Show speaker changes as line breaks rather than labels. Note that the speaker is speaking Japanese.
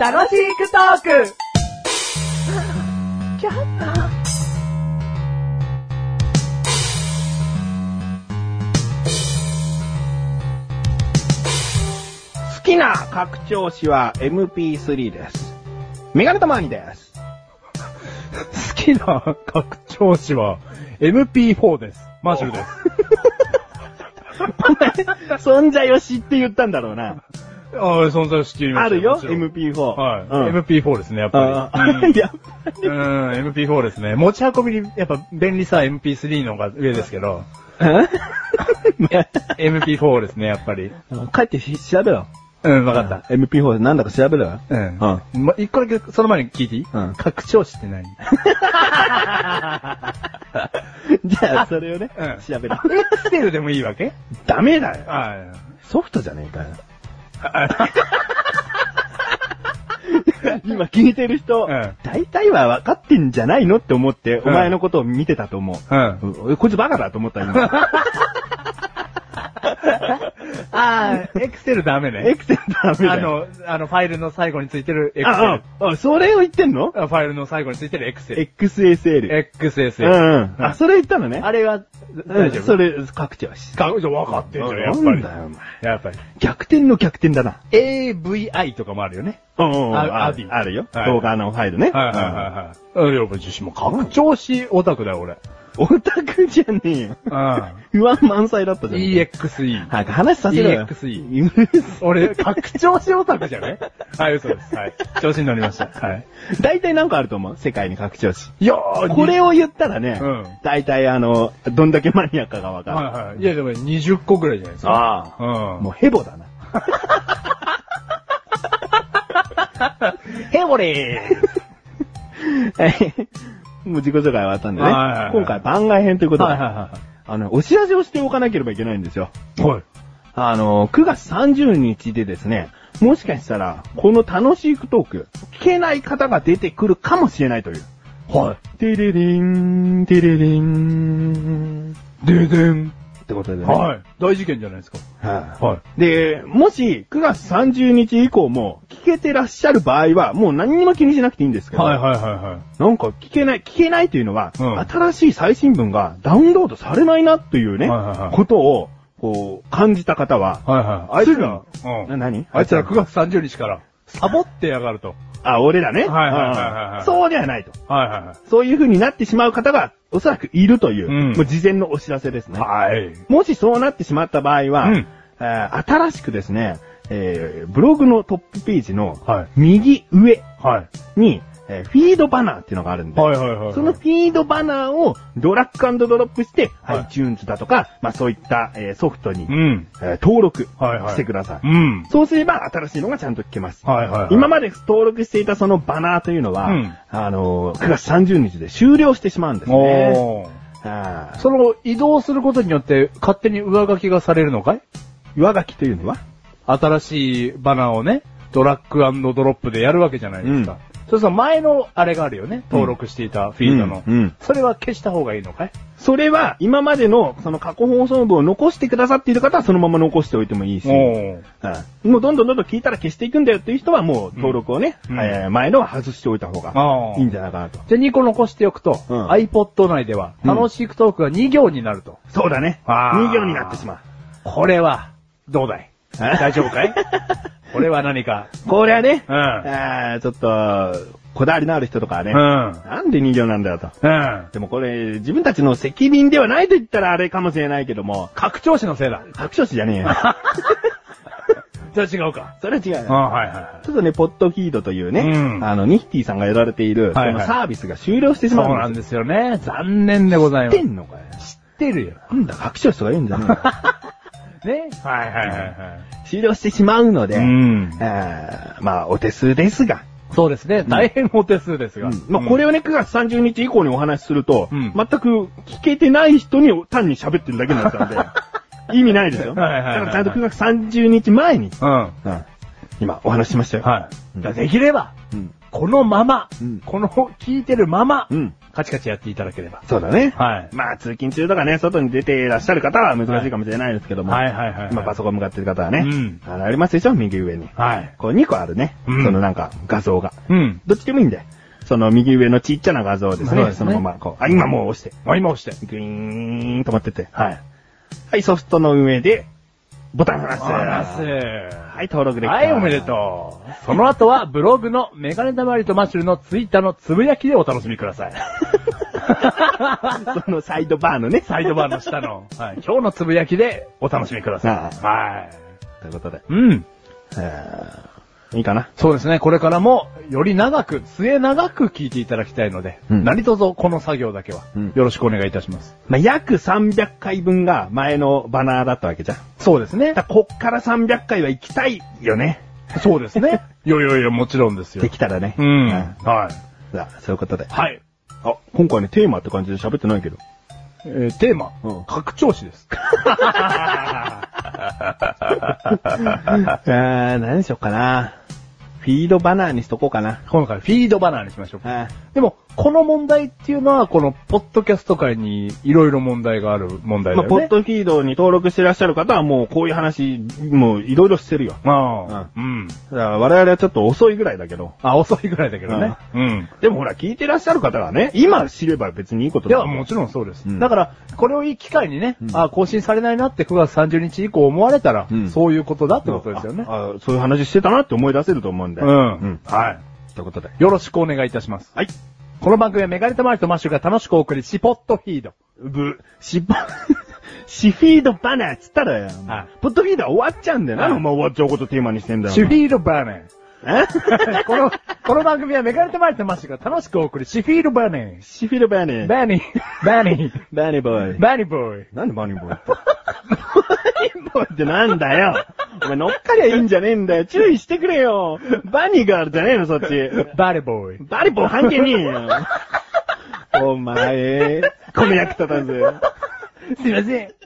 楽しくトーク
好きな拡張子は MP3 です。メガネたまわりです。
好きな拡張子は MP4 です。マシュルです。
存在を知って言ったんだろうな。
ああ、存在を知っていました。
あるよ、
もちろん
MP4。
はい、
うん
MP4 ですね、やっぱ
あ
り。
ーいや、
うん、うん MP4 ですね。持ち運びに、やっぱ便利さは MP3 の方が上ですけど、MP4 ですね、やっぱり。
帰ってし調べろ。
うん、わ
わ
か
かっ
ったた。。
MP4 なんだか調べろよ。
うん。ま、一個だけ、その前に聞いていい
うん
拡張子って何
じゃあ、それをね
うん、
調べろ。
エクセルでもいいわけ
ダメだよ。
は
ソフトじゃねえかよ。今聞いてる人
うん、
大体は分かってんじゃないのって思って、お前のことを見てたと思う。
い。うん。
うんこいつバカだと思った今。
ああ、エクセルダメ ね。
エクセルダメだ
あ
よ。
の、あの、ファイルの最後についてるエクセ
あ
ル。、
うんあ、それを言ってんの
あファイルの最後についてるエクセル。
?XSL。うん
XSL。
うん。あ、それ言ったのね。
あれは、
う
大
ん
丈夫
それ、拡張子。
か、じゃ分かってんじゃん、やっ
な
ぱ
ん
り
だ。よ、お前。
やっぱり。
逆転の逆転だな。
AVI とかもあるよね。
うんうんうん
あ
あ
ア
る
ビ
あるよ。
はい
動画のファイルね。
いはい。うん、やっぱ自身も拡張子オタクだよ、俺。
オタクじゃねえよ。
う
不安満載だったじゃん。。
EXE。
早く話させろよ。
EXE 俺、拡張子オタクじゃね はい、嘘です。はい。調子に乗りました。はい。
大体なんかあると思う世界に拡張子。
いやー、
これを言ったら
うん
ね、大体あの、どんだけマニアかがわか
はいはい。いや、でも20個ぐらいじゃないです
る。
か。
あ
う
あ。
ん。
もうヘボだ な。
ヘボリ ー
はいもう自己紹介終わったんでね。
はいはいはい
今回番外編ということで、
はいは
あの、お知らせをしておかなければいけないんですよ。
いはい。はい。
あの、9月30日でですね、もしかしたら、この楽しいトーク、聞けない方が出てくるかもしれないという。
は
テレリン、テレリン、っ
い。ででん。
てことでね。
はい。大事件じゃないですか。
は
はい。
い。で、もし、9月30日以降も、聞けてらっしゃる場合は、もう何にも気にしなくていいんですけど、
はいはいはいはい。
なんか聞けない、聞けないというのは、
うん
新しい最新文がダウンロードされないなというね、
はいはいはい
ことを、こう、感じた方は、
はいはい。あいつら、うん
な何
あいつら9月30日から、サボってやがると。
あ、俺らね。
はいはいはいはいはい
うんそうではないと。
はいは
そういう風になってしまう方が、おそらくいるという、
うん
もう事前のお知らせですね。
はい。はい。
もしそうなってしまった場合は、
うん
えー新しくですね、えーブログのトップページの
はい
右上
はい。
に、えーフィードバナーっていうのがあるんで、
はいはいはい。
そのフィードバナーをドラッグアンドドロップして、
はい
iTunes だとか、まあそういった、えーソフトに、
うん。
えー登録
はいはい。
してください。
うん。
そうすれば新しいのがちゃんと聞けます。
はいはいはい。
今まで登録していたそのバナーというのは、
うん
あのー、9月30日で終了してしまうんですね。
おー。
あー
その移動することによって勝手に上書きがされるのかい
上書きというのは
新しいバナーをね、ドラッグアンドドロップでやるわけじゃないですか。そうそう、前のあれがあるよね。登録していたフィードの。
うんうん
それは消した方がいいのかい
それは、今までの、その過去放送部を残してくださっている方はそのまま残しておいてもいいし、
おー。
うんもうどんどんどんどん聞いたら消していくんだよっていう人はもう登録をね、
うん
えー前のは外しておいた方が
あー
いいんじゃないかなと。
じゃあ2個残しておくと、
うん
iPod 内では、
うん
楽しくトークが2行になると。
そうだね。
あ
2
ー
行になってしまう。
これは、どうだい大丈夫かいこれは何か。
これはね、
うん
あーちょっと、こだわりのある人とかはね、
ん。うん。
なんで2行なんだよと。でもこれ、自分たちの責任ではないと言ったらあれかもしれないけども、
拡張子のせいだ。
白書士じゃねえ よ。
じゃあ違うか。
それは違うよ。
あはいはいは
ちょっとね、ポッドフィードというね、
うん
あの、ニッティさんがやられている、
はいはい
そのサービスが終了して
い。
し
そう
まう
なんん
です。
ですよね。残念でございま
知
す。
ってんのかよ。
ってるよ。
なんだ、白書士とか言うんじゃねえよ
ね。はいはいはいは
終了してしまうので、
うん
えーまあ、お手数ですが、
い。そうですね。大変お手数ですが。
まあ、これをね、9月30日以降にお話しすると、
うん
全く聞けてない人に単に喋ってるだけになったので、 意味ないですよ。
はいはいはいはい
だからちゃんと9月30日前に、
うん。は
うん今お話ししましたよ。
い。だからできれば、
うん
このまま
うん、
この聞いてるまま
うん、
カチカチやっていただければ。
そうだね。
はい
まあ、通勤中とかね、外に出ていらっしゃる方は難しいかもしれないですけども。
はいはいはいはい
まあ、パソコン向かってる方はね。
うん
あのありますでしょ右上に。
はい。
こう2個あるね。
うん
そのなんか画像が。
うん。
どっちでもいいんで。その右上のちっちゃな画像をですね。
そうですね
のままこう。あ、今もう押して。
割り回して。
グイーンと持ってって。はい。はい、ソフトの上で、ボタン離す。
は
はい、登録できた。
はい、おめでとう。その後は、ブログのメガネたまりとマッシュルのツイッターのつぶやきでお楽しみくだ さい。
そのサイドバーのね、
サイドバーの下の、はい、今日のつぶやきでお楽しみください。はい。
ということで。
うん。
えーいいかな。
そうですね、これからも、より長く、末長く聞いていただきたいので、
うん
何卒この作業だけは
うん、
よろしくお願いいたします。
まあ、約300回分が前のバナーだったわけじゃん。
そうですね
だ。からこっから300回は行きたいよね。
そうですね。 いやいやいや、もちろんですよ
で。きたらね。
うん。
さ
はい。
あ、そういうことで。
はい。
あ、今回ね、テーマって感じで喋ってないけど。
えーテーマ、
うん
拡張子です。
あー、何しようかな。フィードバナーにしとこうかな。
今回、フィードバナーにしましょう。
あ
でも、この問題っていうのは、この、ポッドキャスト界に、いろいろ問題がある問題だ
ま
よ
あ、
ね。
ポッドフィードに登録してらっしゃる方はもうこういう話、もういろいろしてるよ。
ああ、うん。
だから我々はちょっと遅いぐらいだけど。
あ、遅いぐらいだけどね。うん。
でもほら、聞いてらっしゃる方がね、今知れば別にいいこと
い
だ
や、
から
もちろんそうです。
うん
だから、これをいい機会にね、
うん
あ更新されないなって9月30日以降思われたら、
うん
そういうことだってことですよね。
ああそういう話してたなって思い出せると思うんで。
うん、
うん。
は
ということで。
い。よろしくお願いいたします。
はい。
この番組はメガネタマリとマッシュが楽しくお送り、シポットフィード。
ぶ、し ば、シフィードバナーっつったらよ
はい
ポッドフィードは終わっちゃうんだよな。
はい
なんでお前終わっちゃうことテーマにしてんだよ。
シフィードバーネ
え
ー。 この、この番組はメガネタマリとマッシュが楽しくお送り、シフィードバーネ
シフィードバナ
ー。
ー。
バーニー、バーニー、
バニーボーイ。
バーニーボーイ。
なんでバニーボーイって。バニーボーイってなんだよ。お前乗っかりゃいいんじゃねえんだよ。注意してくれよ。バニーガールじゃねえの、そっち。
バーニーボーイ。
バニーボーイ関係ねえよ。 お前、この役立たず。
すいません。